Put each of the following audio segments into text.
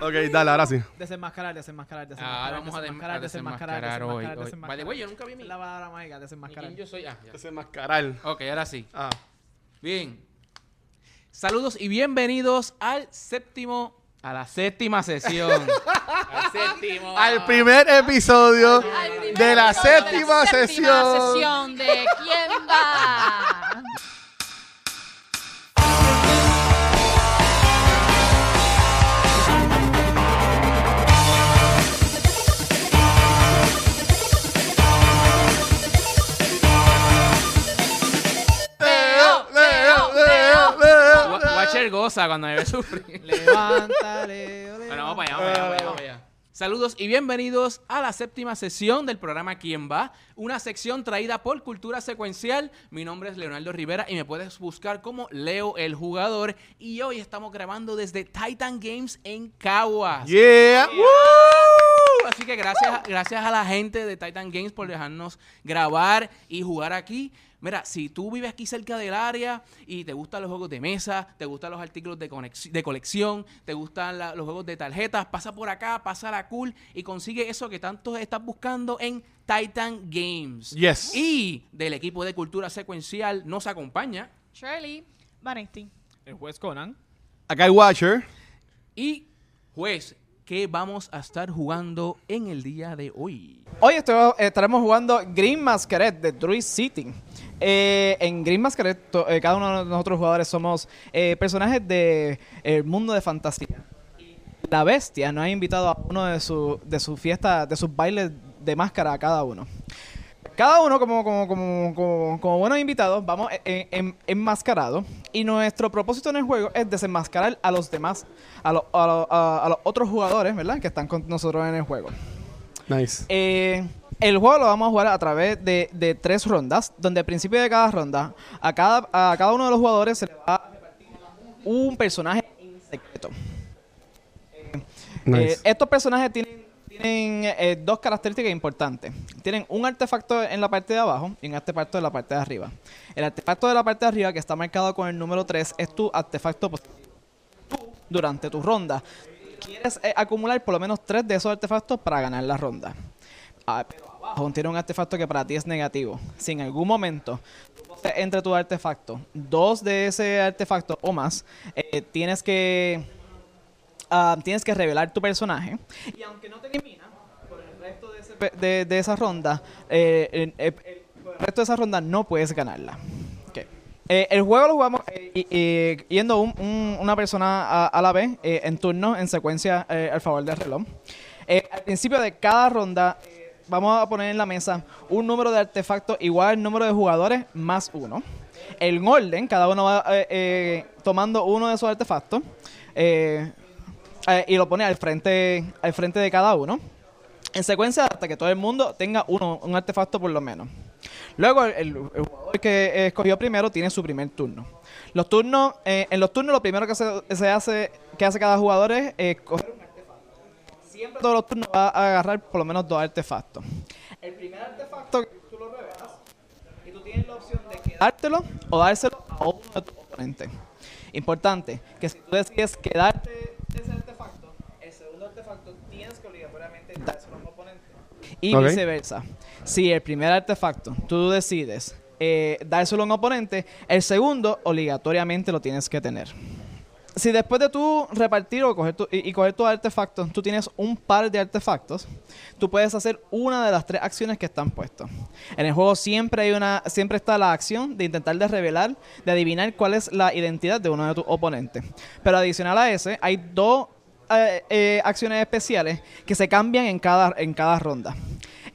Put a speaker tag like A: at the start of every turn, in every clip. A: Ok, dale, ahora sí.
B: Desenmascarar, desenmascarar, desenmascarar.
C: Ahora Ah, vamos a, des- a desenmascarar hoy. hoy. Vale, güey, yo nunca vi mi.
B: Es la palabra mágica,
C: ni quién
B: desenmascarar.
C: yo soy. Ah, ya.
A: Desenmascarar.
C: Ok, ahora sí.
A: Ah.
C: Bien. Saludos y bienvenidos al séptimo, a la séptima sesión. al séptimo.
A: Al primer episodio
D: Al primer
A: de la
D: episodio de
A: séptima sesión.
D: sesión de quién va.
A: Leo, Leo, Leo, Leo,
C: Wa- Watcher goza cuando me ve sufrir.
B: Levántale, ole.
C: Bueno, vamos para allá, vamos para allá, vamos para allá. Saludos y bienvenidos a la séptima sesión del programa ¿Quién va? Una sección traída por Cultura Secuencial. Mi nombre es Leonardo Rivera y me puedes buscar como Leo el Jugador. Y hoy estamos grabando desde Titan Games en Caguas.
A: Yeah.
C: ¡Woo! Uh, Así que gracias, gracias a la gente de Titan Games por dejarnos grabar y jugar aquí. Mira, si tú vives aquí cerca del área y te gustan los juegos de mesa, te gustan los artículos de, conex- de colección, te gustan la- los juegos de tarjetas, pasa por acá, pasa a la cool y consigue eso que tanto estás buscando en Titan Games.
A: Yes.
C: Y del equipo de cultura secuencial nos acompaña
D: Shirley.
E: Vanetti.
B: El juez Conan.
A: Acá hay Watcher.
C: y juez, ¿qué vamos a estar jugando en el día de hoy?
B: Hoy estoy- estaremos jugando Green Masquerade de Druid City. Eh, en Green Masquerade, to- eh, cada uno de nosotros jugadores somos eh, personajes del mundo de fantasía. La bestia nos ha invitado a uno de sus de su fiestas, de sus bailes de máscara a cada uno. Cada uno, como, como, como, como, como buenos invitados, vamos en- en- enmascarados. Y nuestro propósito en el juego es desenmascarar a los demás, a, los- a los- a- a los otros jugadores, ¿verdad?, que están con nosotros en el juego.
A: Nice.
B: Eh, el juego lo vamos a jugar a través de, de tres rondas, donde al principio de cada ronda, a cada, a cada uno de los jugadores se le va a repartir un personaje en secreto. Eh, estos personajes tienen, tienen, eh, dos características importantes. Tienen un artefacto en la parte de abajo y un artefacto en la parte de arriba. El artefacto de la parte de arriba, que está marcado con el número 3, es tu artefacto positivo. Tú, durante tu ronda, quieres eh, acumular por lo menos tres de esos artefactos para ganar la ronda. Ah, pero abajo tiene un artefacto que para ti es negativo. Si en algún momento poses entre tu artefacto dos de ese artefacto o más, eh, tienes que ah, tienes que revelar tu personaje. Y aunque no te elimina, por el resto de, ese pe- de- de esa ronda, eh, en- eh, el, por el resto de esa ronda no puedes ganarla. Ok. Eh, el juego lo jugamos eh, y- y- yendo un- un- una persona a, a la vez, eh, en turno, en secuencia eh, al favor del reloj. Eh, al principio de cada ronda, eh, vamos a poner en la mesa un número de artefactos igual al número de jugadores más uno. En orden, cada uno va eh, eh, tomando uno de esos artefactos. eh, eh, y lo pone al frente, al frente de cada uno. En secuencia hasta que todo el mundo tenga uno, un artefacto por lo menos. Luego el, el jugador que eh, escogió primero tiene su primer turno. Los turnos, eh, en los turnos lo primero que se, se hace, que hace cada jugador es eh, coger un artefacto. Siempre todos los turnos va a agarrar por lo menos dos artefactos. El primer artefacto que tú lo revelas y tú tienes la opción de quedártelo o dárselo a uno de tus oponentes. Importante, que si tú decides quedarte ese artefacto, el segundo artefacto tienes que obligatoriamente dárselo a un oponente. Y
A: Ok.
B: viceversa. Si el primer artefacto tú decides eh, dárselo a un oponente, el segundo obligatoriamente lo tienes que tener. Si después de tú repartir o coger tu- y, y coger tus artefactos, tú tienes un par de artefactos, tú puedes hacer una de las tres acciones que están puestas. En el juego siempre hay una, siempre está la acción de intentar de revelar, de adivinar cuál es la identidad de uno de tus oponentes. Pero adicional a ese, hay dos eh, eh, acciones especiales que se cambian en cada, en cada ronda.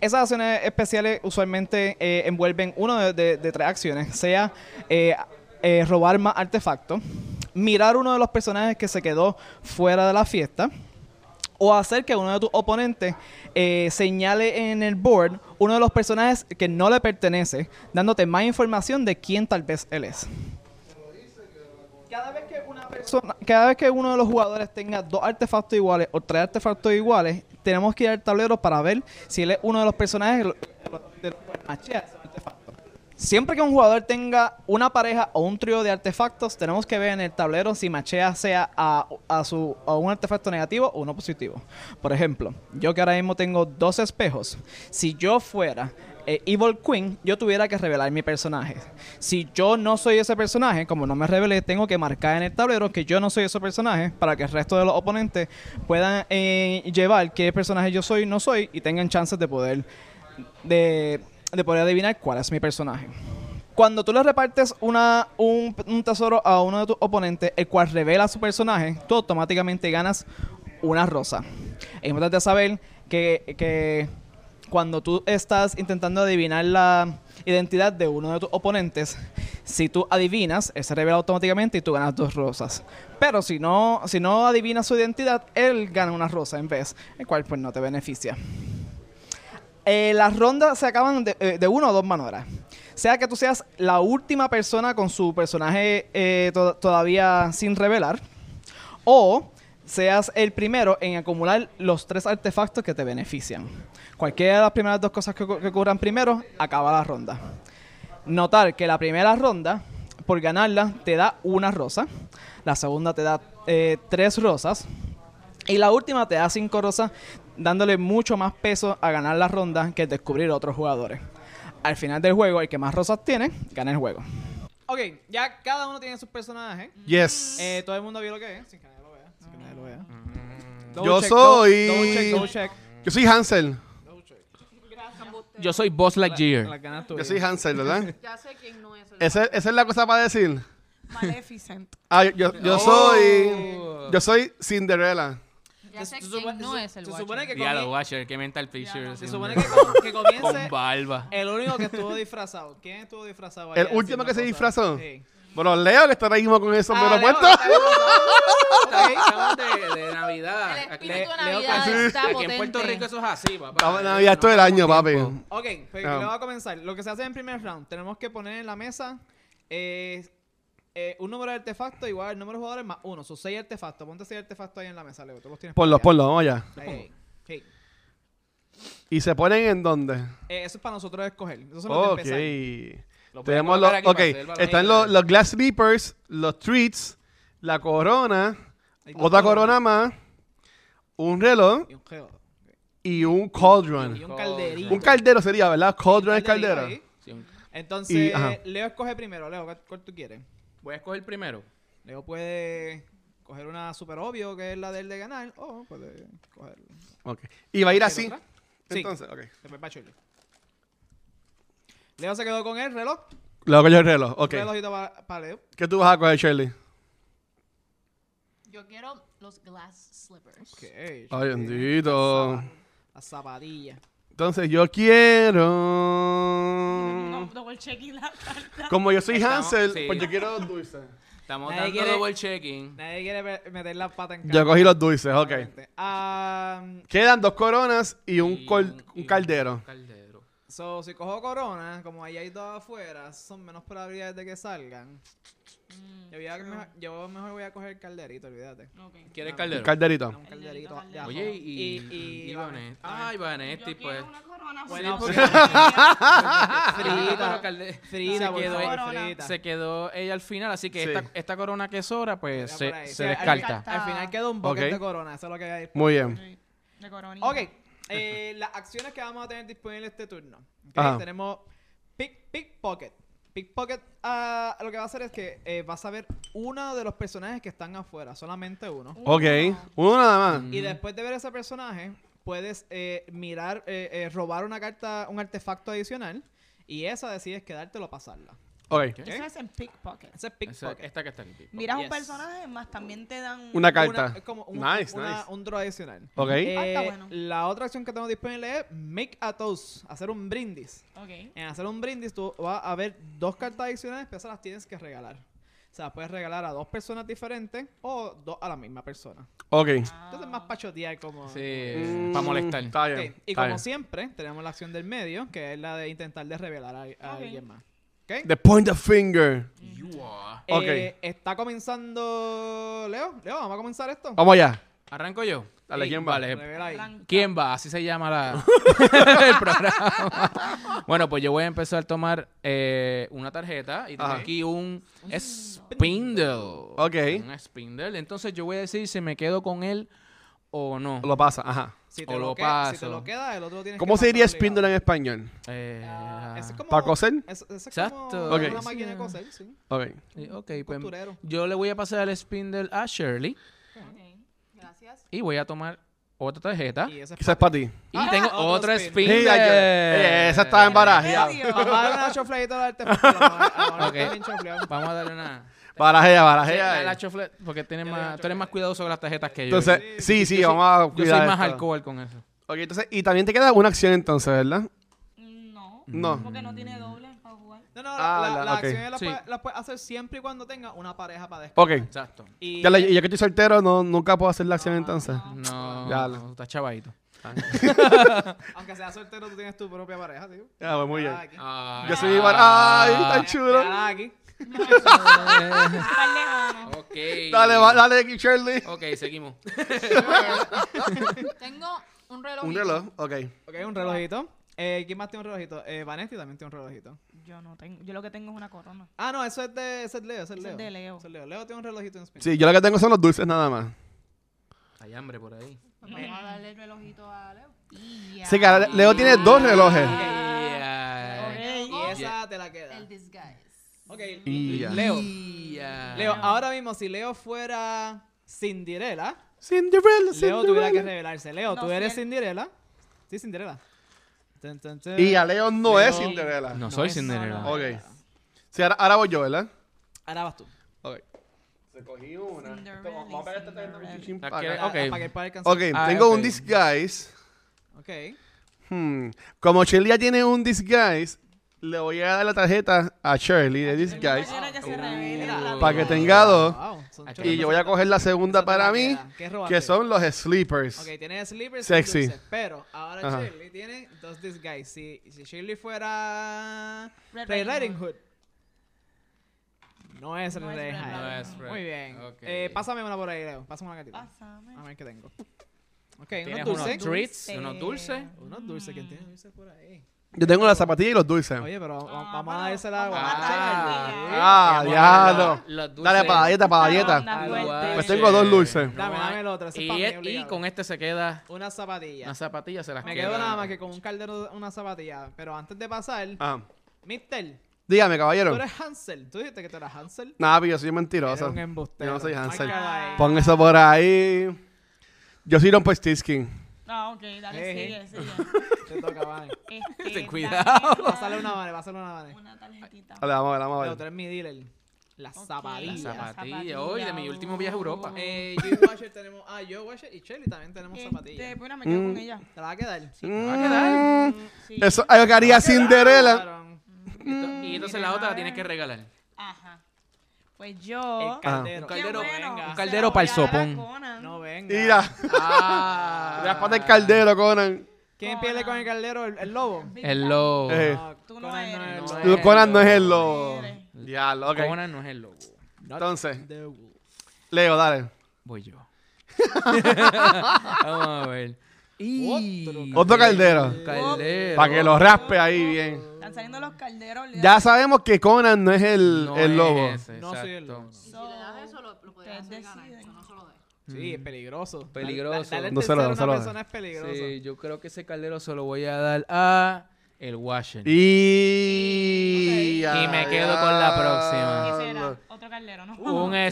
B: Esas acciones especiales usualmente eh, envuelven uno de, de- de tres acciones, sea eh, eh, robar más artefactos, mirar uno de los personajes que se quedó fuera de la fiesta, o hacer que uno de tus oponentes eh, señale en el board uno de los personajes que no le pertenece, dándote más información de quién tal vez él es. Cada vez que una persona, cada vez que uno de los jugadores tenga dos artefactos iguales o tres artefactos iguales, tenemos que ir al tablero para ver si él es uno de los personajes que lo- que lo- que lo machea ese artefacto. Siempre que un jugador tenga una pareja o un trío de artefactos, tenemos que ver en el tablero si machea sea a, a su, a un artefacto negativo o uno positivo. Por ejemplo, yo que ahora mismo tengo dos espejos, si yo fuera eh, Evil Queen, yo tuviera que revelar mi personaje. Si yo no soy ese personaje, como no me revelé, tengo que marcar en el tablero que yo no soy ese personaje para que el resto de los oponentes puedan eh, llevar qué personaje yo soy y no soy y tengan chances de poder de, de poder adivinar cuál es mi personaje. Cuando tú le repartes una, un, un tesoro a uno de tus oponentes, el cual revela su personaje, tú automáticamente ganas una rosa. Es importante saber que, que cuando tú estás intentando adivinar la identidad de uno de tus oponentes, si tú adivinas, él se revela automáticamente y tú ganas dos rosas. Pero si no, si no adivinas su identidad, él gana una rosa en vez, el cual pues no te beneficia. Eh, las rondas se acaban de, eh, de una o dos maneras. Sea que tú seas la última persona con su personaje eh, to- todavía sin revelar, o seas el primero en acumular los tres artefactos que te benefician. Cualquiera de las primeras dos cosas que, ocu- que ocurran primero, acaba la ronda. Notar que la primera ronda, por ganarla, te da una rosa. La segunda te da eh, tres rosas. Y la última te da cinco rosas, dándole mucho más peso a ganar la ronda que descubrir otros jugadores. Al final del juego, el que más rosas tiene, gana el juego. Ok, ya cada uno tiene sus personajes.
A: Yes.
B: Eh, todo el mundo vio lo que es, sin que nadie lo vea. Sin que nadie lo vea.
D: Mm.
B: Double
A: Yo
B: check,
A: soy-
B: Double, double check, double check.
A: Yo soy Hansel.
C: Yo soy Boss Lightyear.
B: Las ganas
A: Yo
B: tuyas.
A: soy Hansel, ¿verdad?
D: Ya sé quién no es. el-
A: Esa, esa es la cosa para decir.
E: Maleficent.
A: Ah, yo, yo- yo soy. Yo soy Cinderella.
D: Ya sé
B: Se
D: quién
B: supone-
D: no
B: se-
D: es el
B: Se
D: Watcher.
B: supone que,
C: Diablo,
B: comie-
C: Watcher, qué mental picture.
B: se supone que com- que comience
C: Con barba.
B: el único que estuvo disfrazado. ¿Quién estuvo disfrazado?
A: ¿El
B: allá
A: último
B: haciendo
A: que se
B: cosas?
A: disfrazó?
B: Sí.
A: Bueno, Leo que está ahí mismo con el sombrero
B: Ah, Leo,
A: puesto.
B: está bien, está bien.
C: Estamos de, de Navidad.
D: El
C: Aquí,
D: espíritu de
B: Leo
D: Navidad
B: Casi.
D: está
C: aquí
D: potente.
C: en Puerto Rico eso es así, papá.
A: Estamos en Navidad todo el año, papi.
B: Ok, pues
A: Ah.
B: luego va a comenzar. Lo que se hace en primer round, tenemos que poner en la mesa eh, eh, un número de artefactos igual al número de jugadores más uno. Sus seis artefactos. Ponte seis artefactos ahí en la mesa, Leo. Tú los tienes.
A: Ponlo,
B: por allá.
A: ponlo, vamos allá.
B: Ahí, ahí. Ok.
A: ¿Y se ponen en dónde?
B: Eh, eso es para nosotros escoger. Eso es lo
A: Ok.
B: de empezar.
C: Lo puedes
A: Tenemos los.
C: colocar aquí
A: Ok,
C: para hacer el balance.
A: están los, los Glass Sleepers, los Treats, la corona,
B: Hay dos
A: otra
B: coronas
A: corona más, un reloj
B: Y un geo-
A: y un
B: Y
A: cauldron.
B: un calderito.
A: Un caldero sería, ¿verdad? Cauldron es
B: calderito
A: caldero.
B: ahí.
C: Sí, un-
B: Entonces,
A: Y, ajá.
B: Leo escoge primero. Leo, ¿cuál- ¿cuál tú quieres?
C: Voy a escoger primero.
B: Leo puede coger una super obvio, que es la del de ganar, o puede coger...
A: Ok. Y va a ir así.
B: ¿Otra? Sí.
A: Entonces, ok.
B: Después va Shirley. Leo se quedó con el reloj.
A: Luego cojo el reloj. Ok.
B: Un relojito para Leo.
A: ¿Qué tú vas a coger, Shirley?
D: Yo quiero los glass slippers.
B: Ok, Shirley.
A: Ay, bendito.
B: La zapadilla.
A: Entonces, yo quiero. Mm.
E: Mm, No, double checking la carta.
A: Como yo soy
C: Estamos-
A: Hansel,
C: sí.
A: pues yo quiero los dulces.
C: Estamos
B: Nadie
C: dando
B: quiere-
C: double checking.
B: Nadie quiere ver- meter la pata en Um, cara.
A: Yo cogí los dulces, ok.
B: Obviamente. Am,
A: Quedan dos coronas y un,
C: Y
A: col- un
C: y
A: caldero.
C: Un caldero.
B: so, si cojo corona, como ahí hay dos afuera, son menos probabilidades de que salgan.
D: Mm.
B: Yo, voy a- mejor, yo mejor voy a coger el calderito, olvídate.
E: Ok.
C: ¿Quieres
A: Un
C: caldero?
A: calderito.
B: Un calderito de ajo.
C: Oye, y,
B: y, Vanetti.
C: y, Vanetti. Ay, Vanetti,
E: Yo
C: pues.
E: quiero una corona.
B: Bueno,
E: porque-
B: Frida,
C: Pero calde-
B: Frida,
C: se
B: por
C: quedó,
B: favor,
E: corona.
B: Frida.
C: se quedó ella al final, así que
A: Sí.
C: esta, esta corona que sobra, pues
B: Era
C: se,
B: por ahí.
C: se
B: Sí, hay-
C: descarta.
B: Al final queda un bucket
A: Ok.
B: de corona, eso es lo que hay.
A: Muy bien.
E: Sí, De coronita.
B: Ok, eh, las acciones que vamos a tener disponibles este turno. Ok,
A: Ajá.
B: Tenemos pick, pickpocket. Pickpocket ah, lo que va a hacer es que eh, vas a ver uno de los personajes que están afuera, solamente uno.
A: Ok. Uno nada más.
B: Y después de ver ese personaje, puedes eh, mirar, eh, eh, robar una carta, un artefacto adicional. Y esa decides quedártelo o pasarla.
A: Ok.
E: Eso es en pickpocket.
B: Ese es
C: Esa-
B: pickpocket.
C: esta que está aquí.
E: Miras
B: Yes.
E: un personaje, más también te dan
A: Una
B: Una-
A: carta.
B: es como un,
A: Nice,
B: una-
A: nice.
B: un draw adicional.
A: Ok.
B: Eh,
E: Ah, está bueno.
B: La otra acción que tenemos disponible es Make a Toast, hacer un brindis.
E: Ok.
B: En hacer un brindis tú vas a ver dos cartas adicionales, pero esas las tienes que regalar. O sea, puedes regalar a dos personas diferentes o dos a la misma persona.
A: Ok.
B: Entonces es
C: Ah.
B: más
E: Ah,
B: pachotear como...
C: Sí,
A: Mm,
C: para molestar.
A: Está bien.
B: Ok, Y
A: eh, está
B: como
A: bien.
B: siempre, tenemos la acción del medio, que es la de intentar de revelar a, a
E: Ok.
B: alguien más. ¿Ok?
A: The point of finger.
C: You are.
B: Eh, está comenzando... Leo, Leo, vamos a comenzar esto.
A: Vamos allá.
C: Arranco yo.
A: Dale,
C: Sí,
A: ¿quién va?
C: Vale.
B: Revela ahí.
E: Blanca.
C: ¿Quién va? Así se llama la, el programa. bueno, pues yo voy a empezar a tomar eh, una tarjeta y tengo
A: Ajá.
C: aquí un spindle.
A: Ok.
C: Un spindle. Entonces yo voy a decir si me quedo con él o no.
A: Lo pasa, ajá.
B: Si te,
C: O
B: lo
C: lo
B: que- si te
C: paso.
B: lo queda, el otro lo tienes
A: ¿Cómo
B: que
A: se diría
B: pasar obligado.
A: spindle en español?
C: Eh,
B: Ah, ese es como-
A: ¿Para coser?
B: Eso, eso es
C: Exacto.
B: como
A: Ok.
B: una máquina de coser, sí.
A: Ok.
C: sí, ok, pues
B: Costurero.
C: yo le voy a pasar el spindle a Shirley
D: Ok, gracias.
C: y voy a tomar otra tarjeta.
B: Y ese es
A: Esa es para ti.
C: Y
B: Ah,
C: tengo
B: otro
C: otra
B: spin.
C: spin.
A: Mira, yo- Oye, esa está embarajada.
E: Medio.
B: Vamos a darle una chofladita al arte. Ahora
C: Ok.
B: está bien chofleado.
C: Vamos a darle una.
A: Barajea,
C: Sí, la-
A: barajea.
C: la
A: eh.
C: chofle- porque tienes
B: Yo le doy
C: más,
B: la
C: tú eres más
B: chofle.
C: cuidadoso con las tarjetas que yo.
A: Entonces, sí, sí,
C: yo soy-
A: vamos a
C: yo
A: cuidar
C: soy más
A: esto.
C: alcohol con eso.
A: Ok, entonces, y también te queda una acción entonces, ¿verdad?
E: No.
A: No.
E: Porque no tiene doble para jugar.
B: No, no,
A: Ah,
B: la, la,
A: la-
B: la
A: ok.
B: acción la,
C: Sí.
B: puedes, la puedes hacer siempre y cuando tengas una pareja para descansar.
A: Ok.
C: Exacto.
B: Y
A: Ya, la- ya que estoy soltero, no, nunca puedo hacer la acción
E: No,
A: entonces.
E: no.
C: No,
A: Ya,
C: no, está chavadito.
B: aunque seas soltero, tú tienes tu propia pareja, tío.
A: Ya, pues, muy bien.
B: Aquí.
C: Ah,
A: Yo soy igual. ¡Ay, tan chulo!
B: Mírala aquí.
E: Está lejano.
C: ok.
A: Dale, va- dale, Shirley.
C: Ok, seguimos.
D: Tengo un reloj.
A: Un reloj, ok.
B: Ok, un relojito. Eh, ¿Quién más tiene un relojito? Eh, Vanetti también tiene un relojito.
E: Yo no tengo. Yo lo que tengo es una corona.
B: Ah, no, eso es de, eso es Leo. Eso es
E: Ese
B: Leo.
E: es de Leo.
B: Ese es Leo. Leo tiene un relojito en spin.
A: Sí, yo lo que tengo son los dulces nada más.
C: Hay hambre por ahí.
D: Vamos a darle el relojito a Leo.
A: Sí, que ahora Leo tiene dos relojes.
B: Y
D: Tengo
B: esa te la queda.
D: el disguise.
B: Ok,
A: Y ya.
B: Leo. Leo,
C: Leo. ah.
B: ahora mismo, si Leo fuera Cinderella,
A: Cinderella,
B: Leo tuviera que
A: Cinderella.
B: revelarse. Leo,
E: No,
B: ¿tú
E: si
B: eres
E: él-
B: Cinderella? Sí, Cinderella. Tun, tun, tun.
A: Y a Leo no es
B: Leo-
A: Cinderella.
C: No soy
B: es-
C: Cinderella.
B: no, no.
A: Ok. Sí, ahora, ahora voy yo, ¿verdad?
B: Ahora vas tú.
A: Ok. Se cogí una.
E: Cinderella, Esto, vamos a pegar esta tarjeta un chichín
C: para acá.
B: Ah,
C: Ok.
B: Para que para alcanzar.
A: Ok,
C: Ah,
A: tengo un
C: ok.
A: disguise.
B: Ok.
A: Hmm, Como Shirley ya tiene un disguise, le voy a dar la tarjeta a Shirley de disguise.
E: Quiero que se
C: Uh.
E: revele la-
A: Pa' que tenga dos.
B: Wow, son
C: Aquí.
A: Y
B: chulos.
A: yo voy a coger la segunda
B: Eso te
A: para
B: la
A: mí,
B: queda. ¿Qué robaste?
A: que son los sleepers.
B: Ok, tiene slippers
A: Sexy.
B: y dulces, pero ahora
A: Ajá.
B: Shirley tiene dos disguises. Si, si Shirley fuera
E: Red
B: Red
E: Riding
B: Riding Hood. No es
E: No
B: Red Riding
E: es Red
B: Hood.
E: Riding
C: No es Hood.
B: Muy bien.
C: Ok.
B: Eh, pásame una por ahí, Leo. Pásame una gatita.
E: Pásame.
B: A ver qué tengo. Ok, unos
C: Tienes unos
B: dulces.
C: treats,
E: Dulce.
C: unos dulces.
B: Unos dulces. ¿Quién tiene dulces por ahí?
A: Yo tengo las zapatillas y los dulces.
B: Oye, pero va-
E: Ah,
B: vamos a
E: pero
B: dársela a
E: vamos
B: Guanajuato.
E: matar al día.
A: Ah,
C: Mi amor,
A: diablo.
C: los- los dulces.
A: Dale, para la dieta, para la
E: Esta
A: dieta.
E: ronda
B: Ah,
E: fuerte.
A: Pues tengo dos dulces.
C: No
B: Dame,
C: hay-
B: dame el otro, ese es
C: Y,
B: pa' mí,
C: y
B: obligado.
C: con este se queda
B: Una zapatilla.
C: una zapatilla, se las
B: Me
C: queda.
B: quedo nada más que con un caldero, una zapatilla. Pero antes de pasar,
A: Ajá.
B: Mister,
A: Dígame,
B: tú
A: caballero.
B: eres Hansel. Tú dijiste que tú eras Hansel.
A: Nada, pero yo soy
B: Eres
A: mentiroso.
B: un embustero.
A: Yo no soy Hansel.
B: Márcalo ahí.
A: Pon eso por ahí. Yo soy Don Pestiskin.
E: Ah, ok, dale,
B: Eh,
E: sigue, sigue.
B: Te toca, Vane.
E: Este,
C: Ten
E: dame
C: cuidado.
B: Pásale una Vane, pásale una Vane.
E: Una tarjetita.
A: Dale, vamos a ver, vamos a
B: Pero tú
A: ver.
B: eres mi dealer. La
E: Ok,
C: La
B: zapatilla.
E: zapa-
C: zapatilla, hoy de mi
E: zapatilla,
C: último viaje a Europa.
E: uh.
B: Eh, yo y Washer tenemos. Ah, yo, Washer y Shelly también tenemos zapatillas.
E: Este, mira, me quedo
A: Mm.
E: con ella.
B: ¿Te la vas a quedar?
A: Mm,
C: va a quedar.
E: Sí.
A: Eso es algo que haría Cinderella.
B: Claro.
C: Y ento- Y entonces la otra la tienes que regalar.
E: Ajá. Pues yo.
A: Ah.
B: El caldero.
C: Un caldero,
E: Qué bueno,
B: venga.
C: un
E: se la
C: caldero
E: voy a
C: pa'l
E: dar a
C: sopón.
E: Conan.
B: No venga.
A: Mira,
C: Ah.
A: le pone el caldero, Conan.
B: ¿Quién pierde con el caldero? ¿El, el lobo?
C: El lobo.
A: Eh.
E: Tú no
B: Conan
E: eres.
B: es el
C: No
B: lobo.
C: eres.
A: Conan no es el lobo.
C: eres.
A: Diablo, ok.
C: Conan no es el lobo.
A: Entonces,
B: The wolf.
A: Leo, dale.
C: Voy yo. Vamos a ver. Y...
A: Otro caldero.
C: Caldero.
A: Para que lo raspe ahí bien.
E: Están saliendo los calderos.
A: Ya sabemos que Conan no es el,
C: No
A: el lobo.
C: es ese,
B: No soy el
C: exacto.
B: lobo.
D: Y si le das eso, lo, lo puedes hacer
E: Ustedes
D: ganar.
E: deciden.
D: Eso no se lo des.
B: Sí, es peligroso.
C: Peligroso.
B: Dale,
A: Mm. No se lo-
B: a
A: no se
B: una
A: lo-
B: persona es peligroso.
C: Sí, yo creo que ese caldero se lo voy a dar a el Washer.
A: Y...
C: Y me quedo con la próxima.
A: Ah,
E: ¿Qué será? Otro caldero, ¿no?
C: Un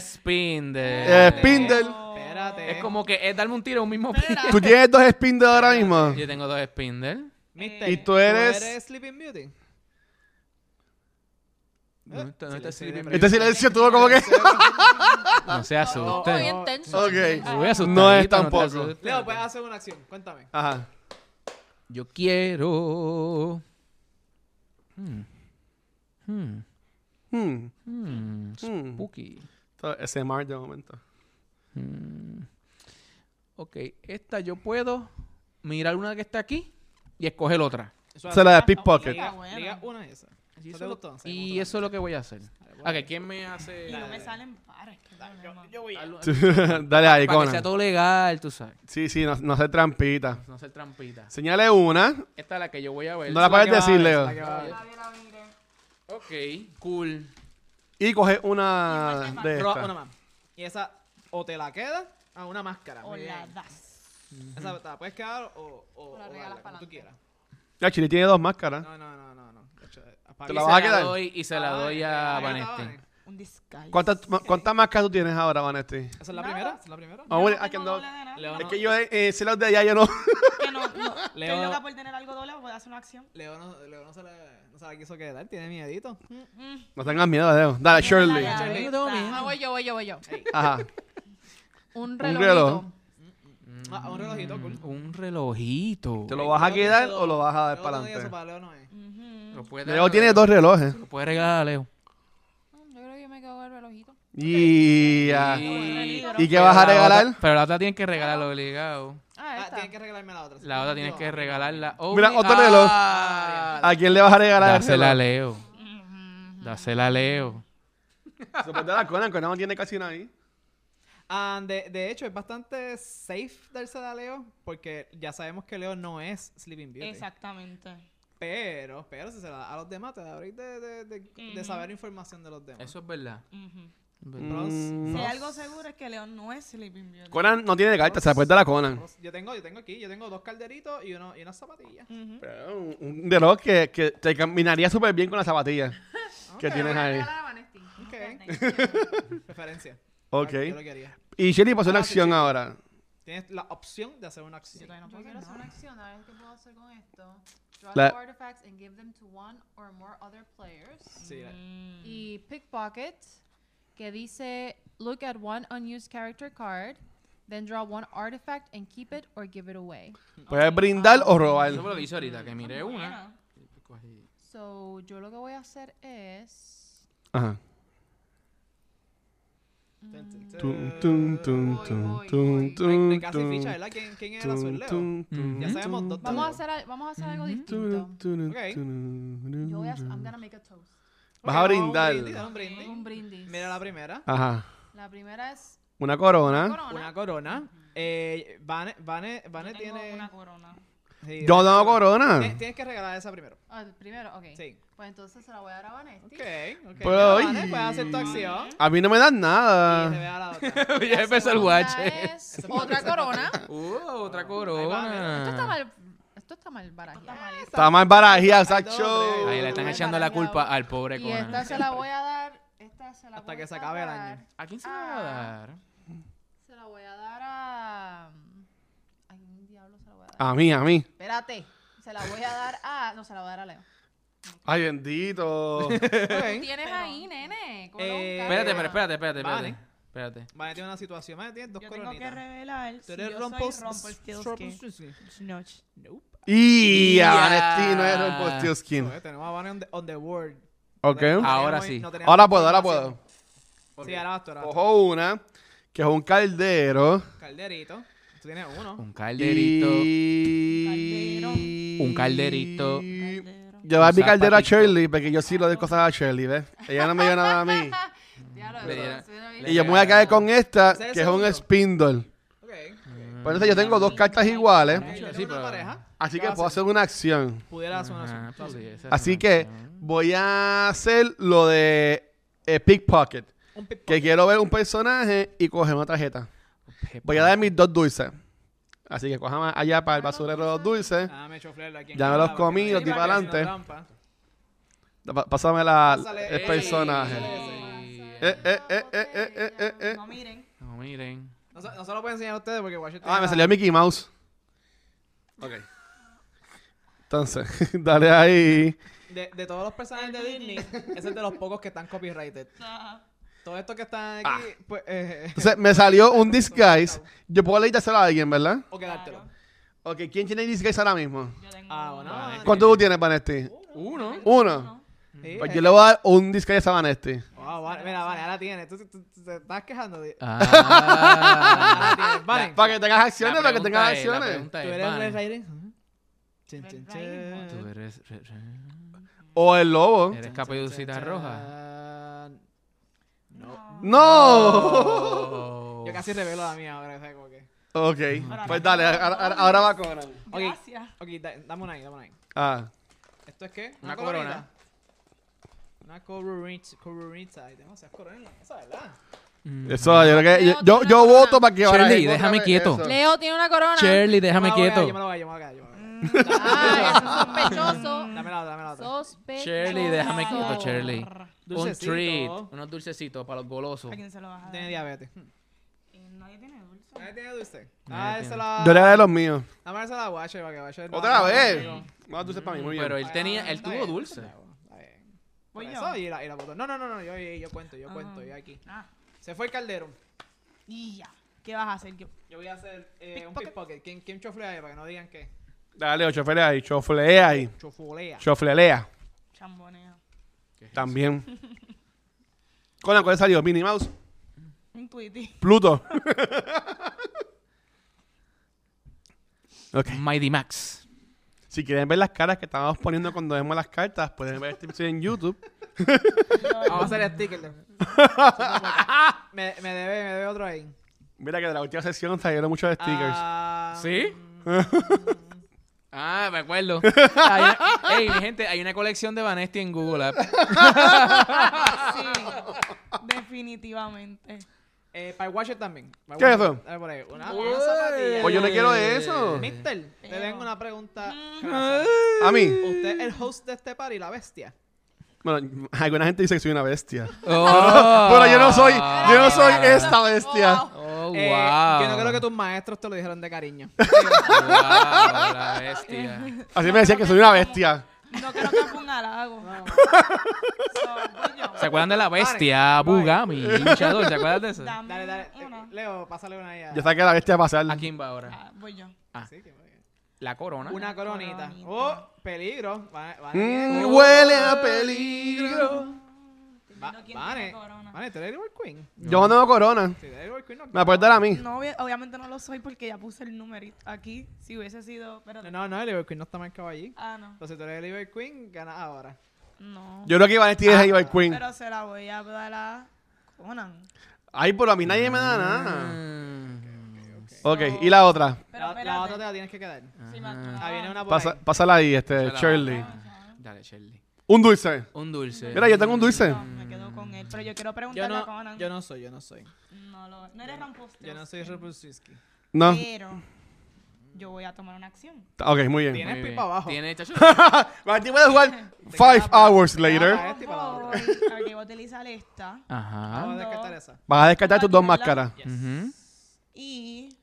C: spindle.
A: Eh, spindle.
B: Espérate.
C: Es como que es darme un tiro a un mismo
A: ¿Tú tienes dos spindles ahora mismo?
C: pie. Yo tengo dos spindle.
B: Mister,
A: Y tú eres-
B: Sleeping Beauty?
C: No,
B: Eh,
C: está- no está
B: silencio
C: sirviendo.
B: de
A: Este silencio tuvo como que...
C: No se
B: Oh,
D: Estuvo
C: asusten.
D: bien tenso.
A: Oh, Ok.
C: Voy asustadito,
A: No es
C: te
A: tampoco.
C: asustes.
B: Leo, pues hacer una acción. Cuéntame.
A: Ajá.
C: Yo quiero. Hmm. Hmm.
A: Hmm.
C: Hmm.
A: Hmm.
C: Spooky.
A: Esto es SMR de momento.
C: Hmm. Ok, esta yo puedo mirar una que está aquí y escoger otra.
B: Eso
A: Se
B: hace-
A: la de pickpocket.
B: Liga,
E: Está buena.
B: liga una de esas. ¿Eso
C: Y
B: te
C: eso, es lo-
B: gustó? Sí, me
C: y
B: gustó
C: eso es lo que voy a hacer.
B: Dale, voy.
C: Ok, ¿quién me hace...?
E: Y no me
B: dale.
E: salen pares. qué problema.
C: Hazlo-
A: Dale ahí,
C: Para que sea
A: Conan.
C: todo legal, tú sabes.
A: Sí, sí, no, no hacer trampita.
C: pues, No ser trampita.
A: Señale una.
C: Esta es la que yo voy a ver.
A: No la puedes
B: que va,
A: decir,
B: esa
A: Leo.
B: es la que va.
E: Nadie la mire.
C: Ok, cool.
A: Y coge una
E: Igual
A: de
B: Pero una
A: estas.
B: más. Y esa o te la queda a una máscara.
E: O
B: Muy
E: la
B: bien.
E: das.
B: Esa te la puedes quedar o, o,
D: O la
B: o
D: regalas
B: darla, como
D: pa'lante.
B: tú quieras.
A: Ya, Chile tiene dos máscaras.
B: No, no, no, no, no. Cacho, apaga.
A: ¿Te
C: Y
A: la
C: se
A: vas a quedar?
C: doy- y se la
B: Ah,
C: doy
B: ahí
C: a
B: está,
C: Vanesti.
B: Vanesti.
E: Un disguise.
A: ¿Cuántas, ma- ¿Cuántas máscaras tú tienes ahora, Vanesti?
B: ¿Esa es la
E: Nada.
B: primera? ¿Esa es la primera?
A: Ah, bueno,
E: Yo no
A: ah, que
E: tengo
A: no-
E: doble de nada.
B: Leo
A: Es
B: no,
A: que yo, eh, si los de allá, yo no.
E: Que no, no.
B: Leo-
E: Estoy loca por tener algo doble, voy a hacer una acción.
B: Leo no, Leo no se la, no se la quiso quedar, tiene miedito.
A: No tengas miedo, Leo. Dale, Ah, Shirley.
E: Mira la
C: Shirley, yo tengo
E: gaveta.
C: miedo.
D: Ah, voy yo, voy yo, voy yo.
A: Ajá.
D: Un
A: reloj.
D: relojito.
B: Ah, un relojito, cool.
C: Mm. Un relojito.
A: ¿Te lo vas a quedar o lo vas a dar
B: Leo
A: para
B: no tiene Eso
A: adelante?
B: para Leo no es.
D: Ah,
E: Ujú.
C: Lo puedes dar
A: Leo
C: a
A: tiene
C: Leo.
A: dos relojes.
C: Lo puedes regalar a Leo.
D: Mm, Yo creo que yo me quedo con el relojito.
A: Y... ah,
C: Y-
A: ¿Y qué
C: pero
A: vas a
C: la
A: regalar?
C: otra- pero la otra tienes que regalarlo obligado.
E: Ah,
B: Ah,
E: esta.
B: tienes que regalarme la otra.
C: La otra tienes que regalarla.
A: Mira,
C: obli-
A: otro reloj.
C: Ah,
A: ¿A quién le vas a regalar el
C: Dásela a
A: reloj?
C: Leo. Dásela a Leo.
A: Se puede dar a Conan, Conan no tiene casi nada ahí.
B: Ah, de, de hecho, es bastante safe dársela a Leo, porque ya sabemos que Leo no es Sleeping Beauty.
E: Exactamente.
B: Pero, pero si se la da a los demás, te da break de, de, de, de
E: Ujú.
B: saber información de los demás.
C: Eso es verdad.
E: Ujú.
A: Mm.
E: Si hay
A: No.
E: algo seguro es que León no es Sleeping Beauty.
A: Conan no tiene carta, se la puede dar a Conan.
B: Yo tengo, yo tengo aquí, yo tengo dos calderitos y, uno, y unas zapatillas.
E: Ujú.
A: Pero Eh, un- Un reloj que, que te caminaría súper bien con las zapatillas que tienes ahí.
B: Ok. pues, Preferencia.
A: Ok.
B: Yo lo quería.
A: Y Shelly pasó una
B: Ah, sí,
A: acción
B: sí.
A: ahora.
B: Tienes la opción de hacer una
E: Yo
B: acción.
E: todavía no
D: Yo
E: puedo
D: quiero
E: hacer
D: hacer
E: nada.
D: una acción, a ver qué puedo hacer con esto. Draw
A: La-
D: two artifacts and give them to one or more other players.
B: Sí, la-
E: Mm.
D: Y pickpocket, que dice look at one unused character card, then draw one artifact and keep it or give it away.
A: Puedes brindar o robar.
C: Eso fue lo que hice ahorita, que miré una.
E: Bueno,
C: y cogí.
D: So, yo lo que voy a hacer es
A: Ajá.
B: Tun,
D: mm,
B: tun,
A: Tum,
B: tun.
A: tum, tum, tum,
D: Voy, voy,
A: tum,
D: voy.
A: tum,
B: Re- Casi
A: tum,
B: ficha, ¿verdad? ¿Quién, quién era su
A: tum,
B: Leo?
A: tum, tum,
B: Ya sabemos
A: tum,
B: dos-
A: tum,
D: vamos a hacer al- vamos a hacer algo distinto.
A: tum, tum,
B: Ok.
A: tum,
D: Yo voy a
A: tum.
D: I'm gonna make a toast.
A: Vas a
B: Ok, vamos
A: brindar.
B: Pues un brindis, dale un brindis.
D: Un brindis.
B: Mira la primera.
A: Ajá.
D: La primera es
A: Una corona.
D: corona.
B: Una corona. Eh, Vane, Vane, Vane
E: tengo
B: tiene.
E: una corona.
B: sí,
A: Yo
B: Vane-
A: no
B: Tien-
A: corona.
B: Tienes que regalar esa primero.
D: Ah, el primero, ok.
B: Sí.
D: Pues entonces se la voy a dar a Vanesti.
B: Ok, ok.
A: Pero
B: Mira,
A: ahí-
B: Vane, puedes hacer tu acción.
A: A mí no me dan
B: Y se
A: nada.
B: ve a la otra.
C: ya empezó el guache.
D: Es otra corona.
C: Uh, otra
D: Esto está
C: corona.
D: mal. Esto está mal barajeado.
A: Está mal barajía,
B: Hay dos,
A: Sacho.
B: tres.
C: Ahí le están
D: Mal
C: echando la
D: balanceado.
C: culpa al pobre
D: Y esta
C: Conan.
D: se la voy a dar. Esta se la
B: Hasta
D: voy
B: que se
D: a
B: acabe el
D: dar-
B: año.
C: ¿A quién se la va a
B: Ah. Eh,
C: dar?
D: Se la voy a dar a. Ay, un diablo se la voy a dar.
A: A mí, a mí.
D: Espérate. Se la voy a dar a. No, se la voy a dar a Leo.
A: Ay, bendito.
D: Tú
B: Ok.
D: tienes
E: Pero-
D: ahí, nene. Con
B: Eh,
C: Espérate, pero espérate, espérate,
B: Vale.
C: espérate. Espérate.
B: Vane tiene una situación. Vane tiene dos
E: Yo tengo que
B: coronitas.
E: revelar
B: Tú
E: si
B: eres
E: yo
B: Rumpels-
E: soy Rumpelstiltskin.
B: Rumpelstiltskin.
E: No.
B: Nope.
A: Y
C: Ya.
A: a Vanesti no era un posteo skin.
B: Joder, Tenemos a Vane on the, on the world.
A: Ok.
C: Ahora
B: Tenemos-
C: sí.
B: no tenemos
A: Ahora puedo, ahora
B: información.
A: puedo.
B: Sí, ahora vas tú, ahora vas tú.
A: Cojo una, que es un caldero.
B: Calderito. Tú tienes uno.
C: Un calderito.
A: Y...
E: Caldero.
C: Un calderito.
A: Yo voy a mi
C: Un
A: caldero a
C: zapatito.
A: Shirley, porque yo sí lo doy cosas a Shirley, ¿ves? Ella no me dio nada a mí.
C: Le dieron- le
A: Y yo me voy a caer con esta,
B: Ese es el
A: que es un
B: segundo.
A: spindle.
B: Ok. ok.
A: Por eso yo tengo dos cartas iguales,
B: Tienes
C: sí,
B: una
C: pero-
B: pareja.
A: así
B: ¿Qué
A: que
B: vas a
A: puedo hacer una acción.
B: Pudiera hacer una
C: Ajá, pues
B: acción. Tú haces.
C: pudiese
A: Así
C: ser
A: que
C: una
A: voy a hacer lo de eh, pickpocket,
B: Un pick-
A: que quiero ver un personaje y coger una tarjeta.
C: opción.
A: Voy a dar mis dos dulces. Así que cojamos allá para el basurero los dulces.
B: Déjame choflearlo aquí en
A: Ya me
B: cámara
A: los comí,
B: porque
A: los di
B: no
A: para
B: hay
A: adelante.
B: trampa.
A: Pa- Pásame la,
B: Pásale.
A: el
C: Ey.
A: personaje. Eh, eh, eh, eh, eh, eh, eh, eh.
E: No miren.
C: No, miren.
B: No se, no se lo puedo enseñar a ustedes porque Washington.
A: Ah, me salió Mickey Mouse. Ok. Entonces, dale ahí.
B: De, de todos los personajes de Disney, ese es de los pocos que están copyrighted. Todos estos que están aquí,
A: Ah.
B: pues. Eh,
A: Entonces, me salió un disguise. Yo puedo leer y dárselo a alguien, ¿verdad?
B: o quedártelo.
A: Ok, ¿quién tiene disguise ahora mismo?
E: Yo tengo
B: Ah, bueno.
C: Vale.
B: vale.
A: ¿Cuánto tú tienes, Vanesti?
C: Uno.
A: Uno.
B: Sí,
A: Pues
B: eh.
A: yo le voy a dar un disguise a este. Vanesti.
B: Wow, vale, mira, vale, ahora tienes. Tú, tú- tú te estás quejando. de-
C: Ah.
B: Ahora tienes. Vale.
A: Para que tengas
C: La
A: acciones, para que tengas
C: pregunta es- la
A: acciones.
C: pregunta
B: Tú
C: es,
B: eres
C: Vane,
B: Red Riding Hood. Chin,
D: Red
B: chin,
D: Riding
B: chin.
C: tú eres re- re-
A: O el lobo.
C: Eres caperucita roja.
B: No.
A: ¡No!
C: Oh.
B: Yo casi revelo la mía ahora, ¿sabes cómo que?
A: Ok, pues dale, ahora, ahora- ahora va Conan.
B: Ok.
E: Gracias.
B: Ok, da- dame una ahí, dame una ahí.
A: Ah,
B: ¿Esto es qué?
C: Una corona.
B: colorita? Una cororita. Cororita. Hay demasiadas coronas en la mesa, ¿verdad?
A: eso, yo creo que. Yo, yo, yo voto para que ahora.
C: Mm. Shirley, déjame
A: eso.
C: quieto.
D: Leo tiene una corona.
C: Shirley,
B: Yo me
C: déjame
B: la voy a-
C: quieto.
B: Yo me la voy a, yo me la voy a, yo me la voy
D: Ah, eso es sospechoso.
B: a. Dame la otra, dame la otra.
D: Sospechoso.
C: Shirley, déjame quieto, Shirley. Un
B: Dulcecito.
C: treat, unos dulcecitos para los golosos.
E: ¿A quién se lo vas a
B: Tiene
E: dar?
B: diabetes. Eh,
E: Y Nadie tiene dulce.
B: ¿Nadie tiene dulce?
C: Nadie
B: Ah,
C: tiene.
B: esa la...
A: Yo le daré los míos.
B: Dame esa la guacha, para que guacha...
A: Otra
B: no,
A: vez.
B: conmigo.
A: Más dulces para mí, muy bien.
C: Pero él tenía,
B: Ah,
C: él
B: está
C: tuvo
B: bien,
C: dulce.
B: está bien, está bien.
E: Voy
B: Por
E: yo.
B: eso, y la, y la botó. No, no, no, no, yo, yo, yo cuento, yo
E: Ajá.
B: cuento, yo aquí.
E: Ah,
B: Se fue el caldero.
E: y ya. ¿Qué vas a hacer? Yo-
B: Yo voy a hacer eh, un
E: Pickpocket.
B: pickpocket. ¿Quién, ¿Quién choflea ahí? Para que no digan que
A: Dale, choflea ahí, choflea ahí.
B: chofulea.
A: Choflelea
E: Chambonea.
A: también. Conan, ¿cuál salió? Minnie Mouse,
E: Un tweety.
A: Pluto. ok.
C: Mighty Max.
A: Si quieren ver las caras que estábamos poniendo cuando vemos las cartas, pueden ver este episodio en YouTube.
B: Vamos a hacer el sticker. de- me, me debe, me debe otro ahí.
A: Mira que de la última sesión salieron muchos stickers.
B: Ah, mm,
C: ¿Sí? Ah, me acuerdo. Hay una- Ey, mi gente, hay una colección de Vanesti en Google App.
E: Sí. Definitivamente.
B: Eh, para el Watcher también. Para el
A: ¿Qué es
B: Watcher,
A: eso?
B: dale por ahí. Una,
C: Uy.
B: una zapatilla.
A: Pues yo no quiero eso.
B: Mister, te
E: Pero-
B: tengo una pregunta.
E: Ajá.
A: A mí.
B: Usted es el host de este party, la bestia.
A: Bueno, alguna gente dice que soy una bestia.
C: Oh.
A: Bueno, yo no soy, yo no soy eh. esta bestia.
C: Oh, wow.
B: Eh, Yo no creo que tus maestros te lo dijeron de cariño.
C: Mm, Wow, la bestia.
A: Así me decían que soy una bestia.
E: No creo que fue un halago. So, voy yo.
C: ¿Se acuerdan de la bestia
B: Vale.
C: Bugami, luchador? ¿Se acuerdan de eso?
E: Dame
B: Dale, dale. eh,
E: una.
B: Leo, pásale una ahí. a-
A: Yo saqué a la bestia a pasar.
C: ¿A quién va ahora?
E: Ah, voy yo.
B: Sí, que muy bien.
C: La corona.
B: Una coronita.
E: coronita.
B: Oh, peligro. Vale, vale.
A: Mm,
B: bien.
A: huele a peligro.
B: Va-
E: No, ¿quién tiene
B: Vale,
E: corona?
B: vale, tú eres el World Queen.
A: Yo no tengo corona.
B: Si tú eres el World Queen, no.
A: Me la puedes dar a mí.
E: No, obvia- obviamente no lo soy porque ya puse el numerito aquí. Si hubiese sido. Espérate.
B: No, no, no, el World Queen no está marcado allí.
E: Ah, no.
B: Entonces tú eres el World Queen, ganas ahora.
E: No.
A: Yo creo que Ivanetti es Ivar Queen.
E: Pero se la voy a dar a Conan.
A: Ay, pero a mí nadie me da nada.
C: Mm.
A: Ok, ¿y la otra?
E: Pero
B: la,
E: espérate. Ah.
B: la otra te la tienes que quedar.
E: Sí, me acuerdo.
B: Ahí Ah, viene una por
A: Pasa-
B: ahí.
A: pásala ahí, este,
C: Se la-
A: Shirley.
C: Dale, Shirley.
A: Un dulce.
C: Un dulce.
A: Mira, yo tengo un dulce.
E: No, me quedo con él. Pero yo quiero
B: Yo
E: preguntarle a
B: no,
E: Conan.
B: yo no soy, yo no soy.
E: No lo- no eres Ramposter.
B: Yo no soy Repulsiski.
A: No.
E: Pero yo voy a tomar una acción.
A: Ok, muy bien.
B: Tienes
C: Muy bien.
B: pipa abajo.
C: Tiene, chacho.
A: Martín puede jugar five hours
E: ¿eh?
A: later.
B: Este para la otra.
E: Voy- a ver, yo voy a utilizar esta.
C: Ajá.
B: Vamos a descartar esa.
A: Vas a descartar tus dos máscaras.
C: Ah. Ujú.
E: Y.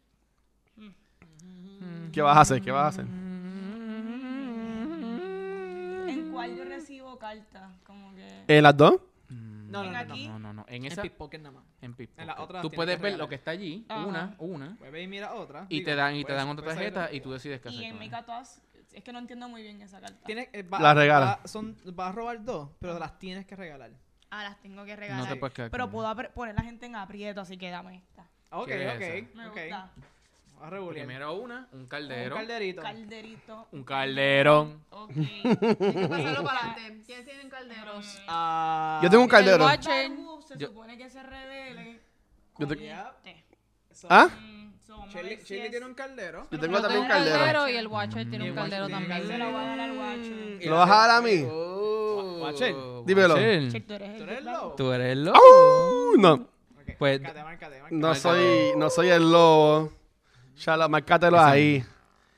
A: ¿Qué vas a hacer? ¿Qué vas a hacer?
E: ¿En cuál yo recibo carta? Como que.
A: ¿En las dos?
B: No, no, no.
E: ¿En
B: no.
E: aquí?
C: Mm. No, no, no. En
B: Es
C: esa.
B: pickpocket nada más.
C: En Pip.
B: En la
C: ok.
B: otra
C: Tú
B: tienes
C: puedes
B: que
C: ver lo
B: regalar.
C: que está allí.
E: Ajá.
C: Una, una.
B: Vuelve Pues y mira otra.
C: Y
B: Digo, pues,
C: te dan, y te
B: puedes-
C: dan otra
B: puedes salir
C: tarjeta
B: con-
C: y tú decides qué hacer.
E: Y en
C: con
E: mi
C: ella.
E: todas. Es que no entiendo muy bien esa carta.
B: Tienes, eh, va-
A: La regala.
B: va- son, vas a robar dos, pero las tienes que regalar.
E: Ah, las tengo que regalar.
C: te puedes quedar
E: Pero
C: con
E: puedo apre- poner la gente en aprieto, así que dame esta.
B: Ok,
C: ¿Qué es
B: ok.
E: Me
B: ok.
E: gusta.
B: Vas a regular.
C: Primero una, un
B: Un
C: caldero.
B: calderito.
E: Calderito.
C: Un calderón.
E: Ok.
D: Pásalo para adelante. ¿Quiénes tienen calderos?
B: Ah,
A: Yo tengo un caldero.
D: El Watcher.
E: Babu uh, se
C: Yo-
E: supone que se revele.
B: Mm.
A: Yo te-
E: con este.
B: so-
A: ¿Ah?
E: Mm, so, vamos a
B: Shirley,
E: ver si
B: Shirley
E: es-
B: tiene un caldero.
A: Yo
D: Yo
A: tengo
D: tengo
A: también
D: un
A: un
D: caldero
A: caldero.
D: y el Watcher tiene un caldero
E: Se
D: también.
E: la voy a dar al guacho.
A: ¿Lo vas a dar a mí?
C: Oh.
B: Guachel,
A: dímelo.
C: Guachel.
E: Che, tú eres el
B: ¿Tú eres el
E: de blanco.
B: lobo?
C: Tú eres loco.
A: ¡Uh! No,
B: Ok,
C: Pues-
B: márcate, márcate, márcate.
A: no soy, no soy el lobo. Shala, marcátelo ahí.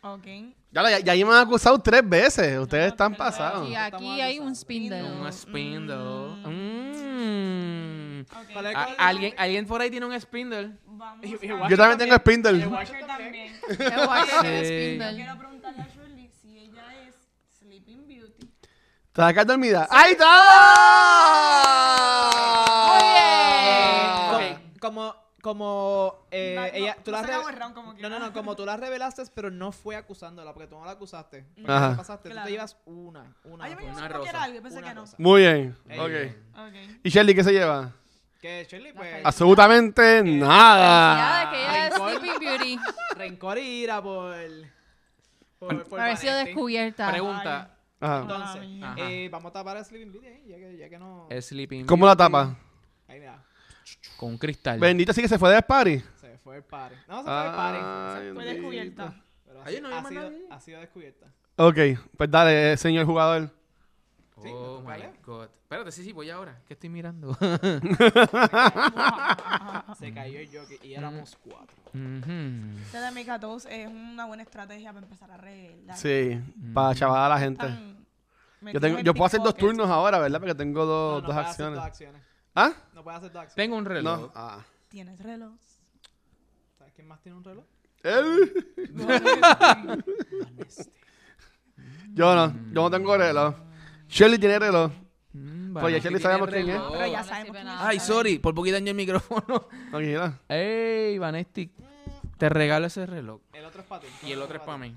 E: Ok.
A: Ya, lo- ya, ya ahí me han acusado tres veces. Ustedes están pasados.
D: Y aquí hay un
C: Un
D: spindle.
C: spindle. Mm.
E: Ok.
B: ¿Cuál es?
C: Ah, ¿Alguien, alguien por ahí tiene un spindle.
E: Vamos.
B: Y- y
E: a-
A: Yo también tengo
B: El
A: Spindle.
B: Watcher
E: Yo
B: también.
E: también.
D: El Watcher tiene
C: Sí.
D: spindle.
E: Quiero preguntarle a Shirley si ella es Sleeping Beauty.
A: ¿Estás acá dormida? ¡Ahí está! Ah.
D: Muy
B: Eh, ok, Como, como eh,
E: No, no,
B: ella, tú
E: no
B: la
E: se haga
B: reve-
E: borrón como
B: no,
E: quiera.
B: no, no, como tú la revelaste, pero no fue acusándola, porque tú no la acusaste. Porque
A: Ajá.
B: no la pasaste, tú
E: Claro.
B: te llevas una, una.
E: Ah, yo
B: sola.
E: me llevo
C: una
E: solo que
C: rosa,
E: era algo, pensé
B: una
E: que no.
B: rosa.
A: Muy bien.
B: Ey.
A: Ok.
E: Ok.
A: ¿Y Shelly qué se lleva?
B: Que Shirley, pues,
A: Absolutamente
D: Felicidades
C: Ah.
A: nada.
D: que ella es
B: Rincón.
D: Sleeping Beauty.
B: rencor e ira por... Por, por
D: Por haber sido
B: Vanetti.
E: Ah,
D: descubierta.
C: Pregunta.
A: Ajá.
B: Entonces,
E: mía.
B: eh, vamos a tapar el Sleeping Beauty ahí, ya que, ya que no.
C: El Sleeping
A: ¿Cómo la
C: Beauty
A: tapa?
B: Ahí mira,
C: Con un cristal.
A: Bendito, sí que se fue del party.
B: se fue el party. No, se fue el party.
A: Ay,
E: Fue
A: bendito.
E: descubierta.
B: Pero
C: Ahí
B: ha,
C: no
B: ha
C: había más
B: sido,
C: nadie.
B: ha sido descubierta.
A: Ok, pues dale, eh, señor jugador.
B: Sí,
C: oh
B: me
C: my
B: toca leer.
C: god. Espérate, sí, sí, voy ahora. ¿Qué estoy mirando?
E: Ah.
B: Se cayó el jockey y éramos cuatro.
C: Ujú.
E: Esta Este de Mica 2 es una buena estrategia para empezar a arreglar.
A: Sí, para chavar a la gente.
E: Ah,
A: Yo, tengo, yo puedo hacer dos turnos ahora, ¿verdad? Porque tengo
B: No,
A: Oh, dos, dos
B: no puedes
A: acciones.
B: hacer dos acciones.
A: ¿Ah?
B: No puedes hacer dos acciones.
C: Tengo un reloj.
A: No. Ah.
E: Tienes reloj.
B: ¿Sabes quién más tiene un reloj?
A: Eh, Yo no, yo no tengo reloj. Shirley tiene reloj.
C: Mm,
A: Pues ya
C: Valentín
A: Shelly sabemos
C: tiene
A: quién es.
C: reloj.
E: Pero ya
D: Oh, no
E: sabemos
D: sirve
E: quién
D: nada.
E: es.
C: Ay, sorry, por poquito daño el micrófono.
A: Tranquila.
C: Ey, Vanesti, te regalo ese reloj.
B: El otro es para ti.
C: Y el otro es para mí.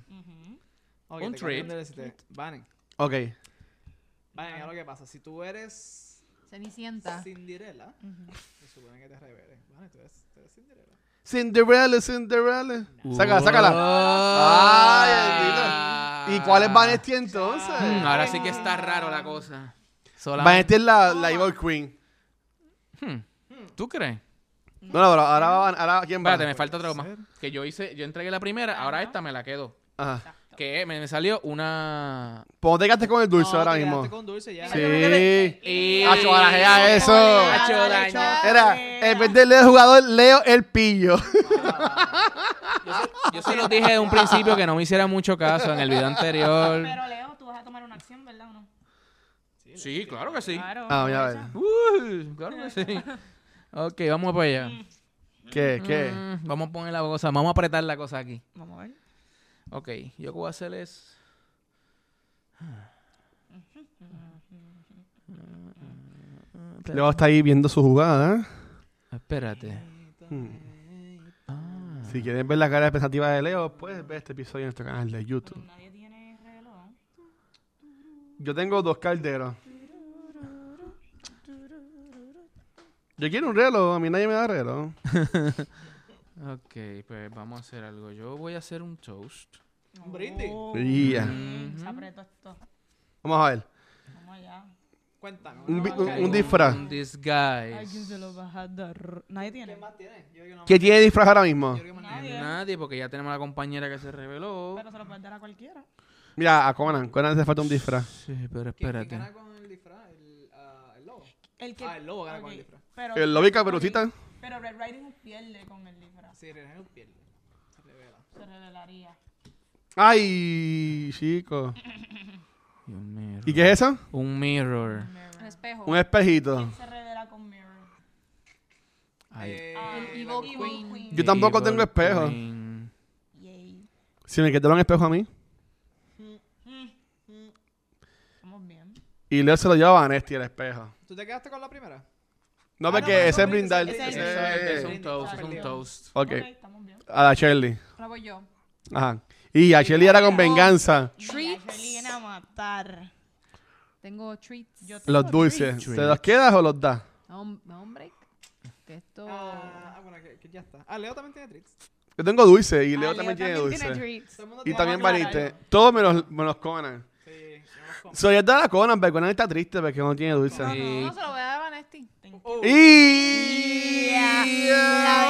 B: Ok,
C: Un
B: te cambian
C: treat.
B: de decirte. Vanen.
A: Ok.
B: Vanen, mira lo que pasa. Si tú eres
D: Cenicienta.
B: Cinderella, se supone que te reveles. Vanen, tú eres, tú eres Cinderella.
A: Cinderella, Cinderella. Uh. Sácala, sácala. Ay,
C: Ah.
A: bendito. ¿Y cuál es Vanesti
C: Mm,
A: entonces?
C: Ahora sí que está raro la cosa. Solamente.
A: Vanesti es la, la Evil Queen.
C: ¿Tú crees?
A: No, no, pero ahora, va- ahora ¿quién va?
C: Espérate, me falta otra más. Que yo hice, yo entregué la primera, ahora esta me la quedo.
A: Ajá.
C: Que eh, me, me salió una.
A: Pues te quedaste con el dulce
B: No,
A: ahora
B: te quedaste
A: mismo.
B: con dulce ya.
A: Sí.
C: Y...
A: Hacho, barajea eso.
C: Hacho, daño.
A: Era, en vez de leer jugador, leo el pillo.
C: Yo se los dije de un principio que no me hiciera mucho caso en el video anterior.
E: Pero Leo, tú vas a tomar una acción, ¿verdad o no?
C: Sí, claro que sí.
E: Claro.
A: Ah, mira, a ver.
C: Uh, claro que sí. Ok, vamos para allá.
A: ¿Qué, qué?
C: Mm, vamos a poner la cosa, vamos a apretar la cosa aquí.
E: Vamos a ver.
C: Ok, yo lo que voy a hacer es.
A: Leo está ahí viendo su jugada.
B: Ah.
A: ¿eh?
C: Espérate.
A: Si quieren ver la cara de pensativa de Leo, puedes ver este episodio en nuestro canal de YouTube.
E: Nadie tiene reloj.
A: Yo tengo dos calderos. Yo quiero un reloj, a mí nadie me da reloj.
C: Ok, pues vamos a hacer algo. Yo voy a hacer un toast.
B: Un brindis.
A: Yeah.
E: Oh. Mm, Se apretó esto.
A: Vamos a ver.
E: Vamos allá.
B: Cuéntame.
A: Un, vi-
B: ¿qué
A: un-
B: más
A: un
B: hay?
A: disfraz.
C: Un disguise.
E: se lo va a dar? Nadie
B: ¿Qué
E: tiene.
B: más tienes? Yo creo que no.
A: ¿Qué tiene disfraz ahora mismo?
B: Yo creo que más
E: Nadie.
C: Nadie, porque ya tenemos a la compañera que se reveló.
E: Pero se lo puedes dar a cualquiera.
A: Mira, a Conan. Conan hace falta un disfraz.
C: Sí,
B: ¿Quién
C: pero
B: quién
C: espérate.
B: gana con el disfraz? El, ah, el lobo.
E: El que...
B: Ah, el lobo gana con
E: Ok,
B: el disfraz.
E: Pero,
A: El lobby
E: Ok,
A: caperucita.
E: Pero Red Riding Hood pierde con el disfraz.
B: Sí, René pierde. Se revela.
E: Se revelaría.
A: Ay, chico.
C: Y un mirror.
A: ¿Y qué es eso?
C: Un mirror.
E: Mirror.
D: Un espejo.
A: Un espejito.
E: Se revela con Mirror.
C: Ay.
B: Eh,
E: Ah,
D: El
B: la-
D: Evil
E: Evil
D: Queen.
A: Yo tampoco
C: Evil
A: tengo espejo.
C: Queen.
E: Yay.
A: Si me quitaron espejo a mí.
E: Estamos bien.
A: Y Leo se lo lleva a Vanesti el espejo.
B: ¿Tú te quedaste con la primera?
A: No,
E: Ah,
A: porque
E: no, no,
A: ese es
E: no,
A: brindar.
E: ese es
A: ese
E: el-
A: es-
C: Es un toast, es un
B: Perdió.
C: toast.
A: Ok.
E: estamos bien.
A: A la Shirley.
D: Ahora voy yo.
A: Ajá. Y a Shirley era con venganza.
E: Treats. Shelly viene a matar.
D: Tengo treats.
E: Yo tengo
A: Los dulces.
E: treats.
A: ¿Te los quedas o los das?
D: No, un, da un break. Que
E: Oh.
D: esto.
B: Ah, ah, bueno, que, que ya está. Ah, Leo también tiene tricks.
A: Yo tengo dulce y
E: Ah,
A: Leo también tiene dulce.
E: treats.
B: Todo el mundo
A: Y
B: tiene-
A: también
E: Vamos a
A: Vaniste.
E: aclararlo.
A: Todo menos, menos Conan.
B: Sí, no los como.
A: Soy el de la Conan, pero Conan está triste porque no tiene dulce.
E: No,
C: Sí.
D: No, se lo voy a dar a Vanesti.
B: Oh,
A: Y...
E: La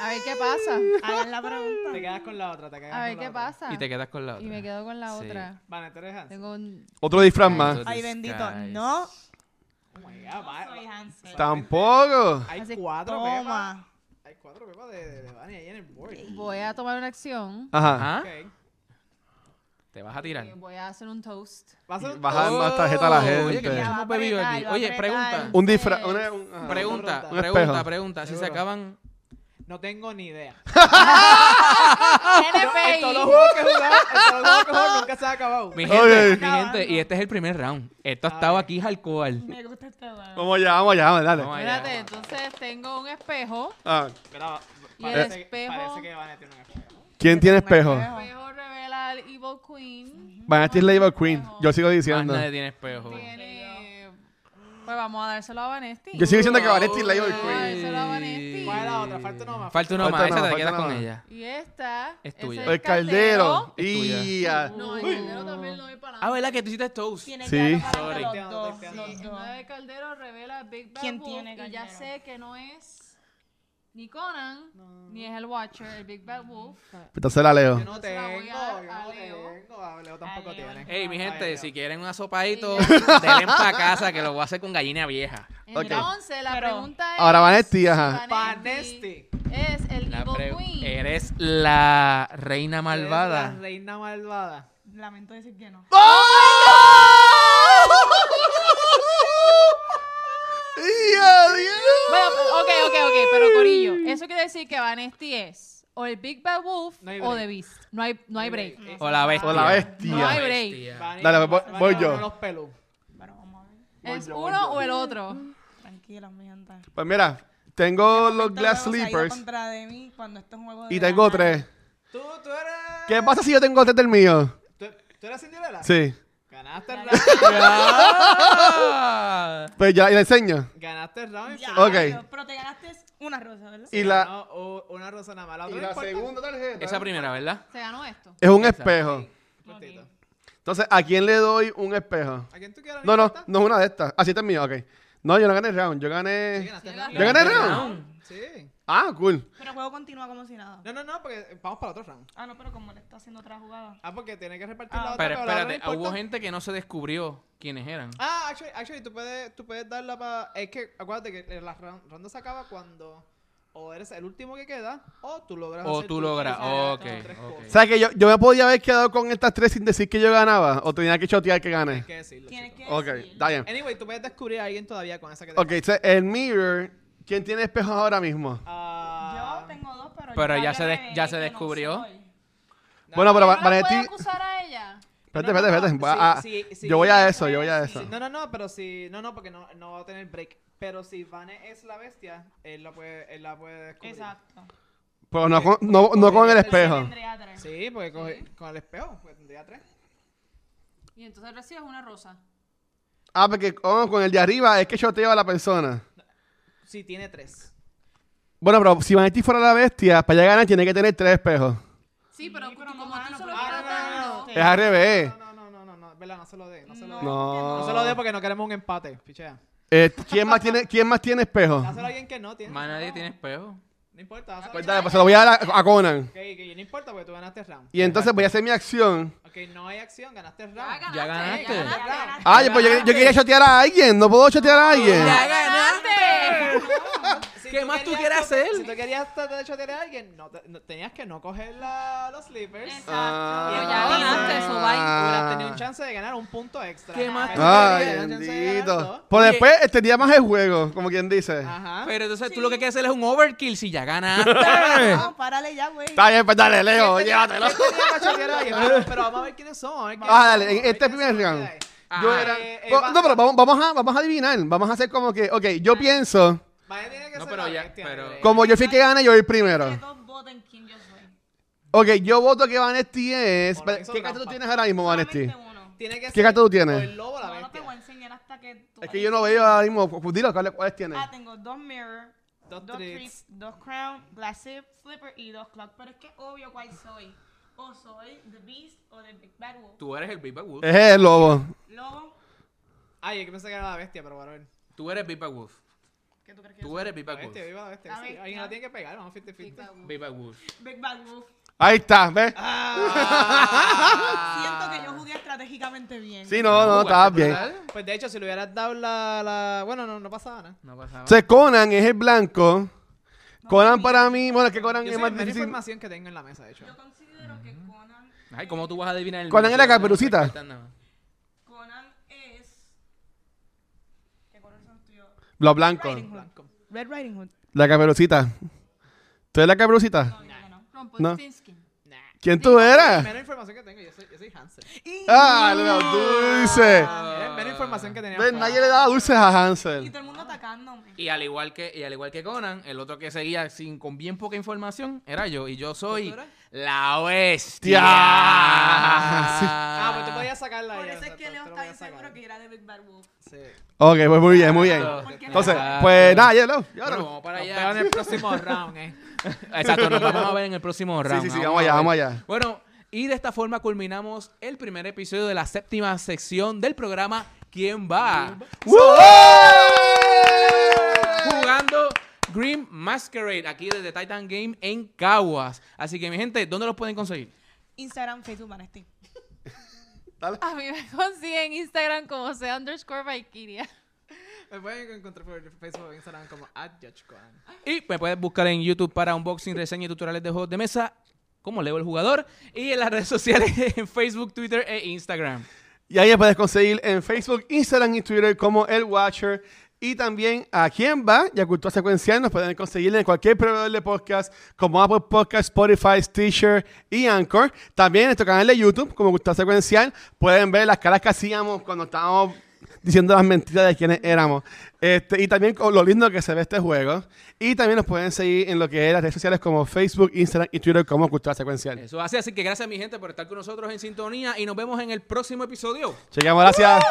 D: A ver qué pasa.
E: venganza. Hagan la
B: Te
E: pregunta.
B: quedas con la otra, te quedas
D: A ver
B: con la
D: qué
B: otra.
D: pasa.
C: Y te quedas con la otra.
D: Y me quedo con la
C: Sí.
D: otra.
B: Vane, tú eres Hans.
D: Tengo un.
A: Otro disfraz más.
E: Ay, bendito. No.
B: Oh my God, va-
D: Ah,
E: Soy Hansel.
A: Tampoco.
B: Hay
D: Así-
B: cuatro pepas.
E: Toma.
B: Hay cuatro pepas de, de, de Vane ahí en el board.
D: Voy a tomar una acción.
E: Ah.
A: Ajá.
C: Ajá.
B: Ok.
C: Te vas a tirar.
D: y voy a hacer un toast.
B: Vas a-
A: Bajar más tarjeta a la
C: Oye, que
A: gente.
E: ya-
C: estamos bebidos aquí.
E: Va a
C: Oye,
E: apretar,
C: pregunta.
A: Un disfraz. una- un- ajá.
C: Pregunta,
A: Un espejo.
C: pregunta, pregunta. Si se
B: Seguro.
C: acaban.
B: No tengo ni idea.
C: Ah,
B: En todos los
D: NPI.
B: juegos que he jugado, en todos los juegos que he jugado, nunca se ha acabado.
C: Mi
A: Ok.
C: gente, mi
E: Acabando.
C: gente, y este es el primer round. Esto ha
B: A
C: estado
B: ver.
C: aquí hardcore.
E: Me gusta este juego.
A: Vamos allá, vamos allá, vamos, dale.
C: Vamos allá.
D: Espérate, entonces tengo un espejo.
A: Ah,
B: Espera,
D: Y
B: parece,
D: el espejo.
B: parece que Vane tiene un espejo.
A: ¿Quién tiene espejo?
E: este
D: El espejo revela al Evil Queen.
A: Vanesti es la Evil Queen. Yo sigo
C: Más
A: diciendo.
C: nadie tiene espejo.
D: Tiene. Pues vamos a dárselo a Vanesti.
A: Yo sigo diciendo que Vanesti es la Evil
D: Vamos a
A: Queen.
D: dárselo a Vanesti.
B: ¿Cuál es la otra? Falta una más.
C: Falta una
A: Falta
C: más,
A: una,
C: esa te
A: falta
C: quedas
A: una
C: con
A: más.
C: ella.
D: Y esta
C: Es tuya.
A: El caldero.
C: Es tuya.
A: Y a-
D: No, el caldero también lo doy para
C: Ah, ¿verdad que tú hiciste toast?
E: Tiene
A: Sí.
E: que hablar
C: Sorry.
E: los dos.
B: Sí,
E: los
D: El
E: dos.
D: nueve de Caldero revela Big Bad
E: ¿Quién
D: Wolf
E: tiene
D: y ya
E: Caldero?
D: sé que no es ni Conan ni es el Watcher, el Big Bad Wolf.
A: Entonces la leo.
B: Yo no
D: Se la voy
B: tengo,
D: a
B: yo
D: dar
B: no
D: a Leo.
B: tengo. A Leo tampoco
E: A Leo.
B: tiene.
C: Ey, mi gente,
B: Leo.
C: si quieren un asopadito, denle para casa que lo voy a hacer con gallina vieja.
D: Entonces la
E: Pero-
D: pregunta es
A: Ahora Vanesti, ajá.
B: Vanesti.
D: es el
C: La pre- eh,
D: Evil Queen.
C: Eres la reina
B: Eres La
C: malvada.
B: reina malvada.
E: Lamento decir que no.
A: ¡Y adiós!
D: Bueno, pero- ok, ok, ok, pero Corillo, eso quiere decir que Vanesti es o el Big Bad Wolf
B: No hay
D: o
B: break.
D: The Beast. No hay, no hay break.
C: O la bestia.
A: O la bestia.
D: No hay break.
B: Vanesti,
A: Dale, voy-
B: Vanesti,
A: voy
B: no
A: yo.
B: Los pelú.
E: Pero vamos a ver.
D: ¿Es uno o el otro?
E: Tranquila, mi gente.
A: Pues mira, tengo los
E: Este
A: Glass
E: juego se ha ido
A: Sleepers
E: contra de mí cuando este juego de
A: y tengo
E: ganar.
A: tres.
B: Tú, tú eres.
A: ¿Qué pasa si yo tengo tres del mío?
B: ¿Tú, tú eres Cinderella?
A: Sí.
B: Ganaste el round.
C: Ah.
A: Pues ya la enseño.
B: Ganaste el round.
E: Ya,
A: Ok.
E: pero- Pero te ganaste una rosa, ¿verdad?
A: Y la,
B: No, o- una rosa nada más. La
A: y
B: otra no
A: la
B: importa.
A: segunda tarjeta
C: Esa primera, ¿verdad?
D: Se ganó esto.
A: es un espejo.
B: Cortito.
A: Entonces, ¿a quién le doy un espejo?
B: ¿A quién tú quieras?
A: No, no,
B: importa?
A: no es una de estas. Así está el mío, ok. No, yo no gané el round, yo
B: Sí,
A: gané...
B: ganaste el
D: Yo
B: round.
A: ¿Yo gané el
C: Ganaste el
A: round?
B: Sí.
A: Ah, cool.
E: Pero el juego continúa como si nada.
B: No, no, no, porque vamos para otro round.
E: Ah, no, pero como le está haciendo otra jugada.
B: Ah, porque tiene que repartir
E: Ah,
B: la otra.
C: Pero
B: la otra no
C: espérate, hubo
B: importa.
C: gente que no se descubrió quiénes eran.
B: Ah, actually, actually tú, puedes, tú puedes darla para... Es que acuérdate que la ra- ronda se acaba cuando o eres el último que queda o tú logras
C: O
B: hacer
C: tú
B: tu-
C: logras,
B: esas
C: ok,
B: tres
C: ok.
A: O
B: cosas.
A: sea, que yo, yo me podía haber quedado con estas tres sin decir que yo ganaba, o tenía que chotear que gané.
B: Tienes que decirlo,
E: Tienes
B: chico.
E: que
A: Ok,
E: decir.
A: está bien.
B: Anyway, tú puedes descubrir a alguien todavía con esa que te
A: Ok, so, el mirror, ¿quién tiene espejos ahora mismo?
B: Ah,
E: Yo tengo dos, pero
C: Pero
E: yo
C: ya
E: la
C: se
E: que
C: des-
E: revelé
C: ya se
E: que no
C: descubrió.
E: soy.
A: Bueno, pero
D: ¿No la puede
A: Vanetti...
D: acusar a ella?
A: Espérate,
B: No, no,
A: espérate, espérate.
B: no,
A: voy
B: sí,
A: a- ah,
B: sí, sí,
A: yo voy a
B: sí,
A: eso, yo voy a
B: sí,
A: eso.
B: sí. No, no, no, pero si... No, no, porque no, no va a tener break. Pero si Vane es la bestia, él, la puede, él la puede descubrir.
E: Exacto.
A: Pero no con, no, no con el espejo.
E: Tendría tres.
B: Sí, porque coge- con el espejo pues, tendría tres.
D: Y entonces recibes una rosa.
A: Ah, porque oh, con el de arriba es que choteo a la persona.
B: Si tiene tres.
A: Bueno, pero si Vanetti fuera la bestia, para allá ganar tiene que tener tres espejos.
D: Sí, pero,
E: no,
D: como tú
E: mano,
D: solo
E: porque-
D: estás
E: Ah, no, no,
D: dando-
E: no.
A: Es al revés.
B: No, no, no, no, no, no, verdad, no se lo dé, no se lo dé.
A: No.
B: No se lo dé porque no queremos un empate, pichea.
A: Eh, ¿quién, más tiene, ¿Quién más tiene espejos?
B: Dáselo a alguien que no tiene.
C: Más nadie tiene espejo.
B: No importa, dáselo
A: Pues
B: a
A: dale,
B: alguien.
A: pues se lo voy a dar a, a Conan.
B: Ok, que no importa porque tú ganaste el round.
A: Y entonces voy a hacer mi acción.
B: Ok, no hay acción, ganaste el
D: Ya
B: round.
D: ganaste,
C: Ya ganaste.
D: ya ganaste.
E: Ya
A: Ah, yo, pues yo, yo quería chotear a alguien. No puedo chotear a alguien.
C: Ya
D: ganaste!
B: Si
C: ¿Qué más tú
B: querías
C: quieres
B: to-
C: hacer?
B: Si tú querías to- de hecho tirar a alguien, no, te- no- tenías que no coger la- los slippers.
E: Exacto.
A: Ah.
D: Pero ya ganaste, eso va
B: Tú hubieras
A: Ah.
B: tenido un chance de ganar un punto extra. Ah,
C: ¿Qué más tú
A: Ay,
B: Tenías un chance de ganar dos.
A: Ah, bendito. Pues
C: Oye.
A: después extendía más el juego, como quien dice.
B: Ajá.
C: Pero entonces tú lo que quieres hacer es un overkill si ya ganaste.
E: No, párale ya, güey.
A: Está bien, pues dale, Leo,
B: Tenía-
A: llévatelo.
B: él tenía para chotear a alguien, pero, pero vamos a ver quiénes son. a ver quiénes
A: Ah,
B: son,
A: dale,
B: a ver
A: este
B: quiénes
A: primer
B: son,
A: round.
B: mira ahí.
A: Yo
C: Ajá.
A: era.
B: Eh, eh,
A: Bo-
B: va-
A: no, pero vamos, vamos, a, vamos a adivinar. Vamos a hacer como que, ok, yo pienso,
B: Vaya tiene que
C: No,
B: ser
C: pero
B: la
C: ya-
B: bestia,
C: pero-
B: Andrés.
A: como yo fui el que gane, yo voy
E: Que
A: primero.
E: todos voten quién yo soy.
A: Ok, yo voto que Vanesti es.
B: Bueno, eso
A: ¿Qué
B: es
A: carta tú
B: trampa.
A: tienes ahora mismo, Vanesti?
E: Solamente uno.
B: Tiene que
A: ¿Qué
B: ser
A: gato tú
B: o
A: tienes?
B: El lobo o la
E: No, no te
B: bestia.
E: voy a enseñar hasta que tú.
A: Es que yo no veo ahora mismo. Pues Dilo, ¿cuáles, cuáles tienes?
E: Ah, tengo dos mirror,
B: Dos
E: dos,
B: treats.
E: treats, dos crown, glass slip, slipper y dos clock. Pero es que obvio cuál soy. O soy The Beast o The Big Bad Wolf.
C: Tú eres el Big Bad Wolf.
A: Es el lobo.
E: Lobo,
B: Ay, yo pensé que era la bestia, pero bueno. a ver.
C: Tú eres Big Bad Wolf.
E: ¿qué tú crees que
C: Tú eres Big
B: La
C: Bad
B: bestia,
C: Wolf.
B: este, viva la bestia.
E: La
B: sí.
E: bestia.
B: Alguien la tiene que pegar, vamos 50-50.
C: Big Bad Wolf.
E: soy? Big Bad Wolf.
A: Ahí está, ¿ves?
B: Ah.
E: Siento que
C: Ah.
E: yo jugué estratégicamente bien.
A: Sí, no, no,
C: Jugaste
A: estabas bien.
C: brutal.
B: Pues de hecho, si le hubieras dado la. la- Bueno, no, no pasaba nada.
C: No pasaba.
A: Entonces, Conan es el blanco. Conan para mí, bueno, es que Conan
B: Yo
A: es
B: sé,
A: más
B: menos
A: difícil.
B: información que tengo en la mesa, de hecho.
E: Yo considero que Conan,
C: Ay, ¿cómo tú vas a adivinar el
A: ¿Conan
C: mío?
A: era
C: Si no te
A: Caperucita?
C: faltan nada.
E: Conan es. ¿Qué color son los tuyos?
A: Los blancos.
E: Riding Hood.
B: Blanco.
E: Red Riding Hood.
A: La caperucita. ¿Tú eres la caperucita?
E: No, yo creo que no.
D: Rumpelstiltskin.
B: Nah.
A: ¿Quién tú eras?
B: Menos información que tengo, yo soy, yo soy Hansel.
A: Ah, lo dulce.
B: Era
E: Ah.
B: menos información que tenía.
A: ¿Ves? Pues Nadie le daba dulces a Hansel.
E: Y todo el mundo atacándome.
C: Y al igual que y al igual que Conan, el otro que seguía sin con bien poca información era yo y yo soy
B: ¿Tú eres?
C: la bestia.
A: Sí.
B: Ah, pues tú podías sacarla.
E: Por
B: ya,
E: eso es
B: exacto,
F: pues
E: que Leo
B: te lo
E: está
B: voy a
E: bien
B: sacar.
E: seguro que yo era de de Big Bad Wolf.
A: Ok, pues muy bien, muy bien.
C: Exacto.
A: Entonces, pues nada, ya lo. ya
C: Bueno,
A: lo-
C: vamos para
F: Nos
C: allá.
F: vemos en el próximo round, eh.
C: Exacto, nos vamos a ver en el próximo
A: Sí,
C: round.
A: sí, sí,
C: a
A: vamos allá,
C: ver.
A: vamos allá.
C: Bueno, y de esta forma culminamos el primer episodio de la séptima sección del programa ¿Quién va? Jugando Green Masquerade aquí desde Titan Game en Caguas. Así que, mi gente, ¿dónde los pueden conseguir?
E: Instagram, Facebook, Vanesti.
D: A mí me consiguen en Instagram como C underscore Valkyria.
F: Me pueden encontrar por Facebook e Instagram como @judgecohen.
C: Y me puedes buscar en YouTube para unboxing, reseñas y tutoriales de juegos de mesa. Como leo el jugador. Y en las redes sociales, en Facebook, Twitter e Instagram.
A: Y ahí me puedes conseguir en Facebook, Instagram y Twitter como El Watcher. Y también a quién va y a Cultura Secuencial nos pueden conseguir en cualquier proveedor de podcast como Apple Podcast, Spotify, Stitcher y Anchor. También en nuestro canal de YouTube como Cultura Secuencial pueden ver las caras que hacíamos cuando estábamos diciendo las mentiras de quienes éramos. Este, y también con lo lindo que se ve este juego. Y también nos pueden seguir en lo que es las redes sociales como Facebook, Instagram y Twitter como Cultura Secuencial.
C: Eso es así, así que gracias mi gente por estar con nosotros en sintonía y nos vemos en el próximo episodio.
A: Llegamos, gracias.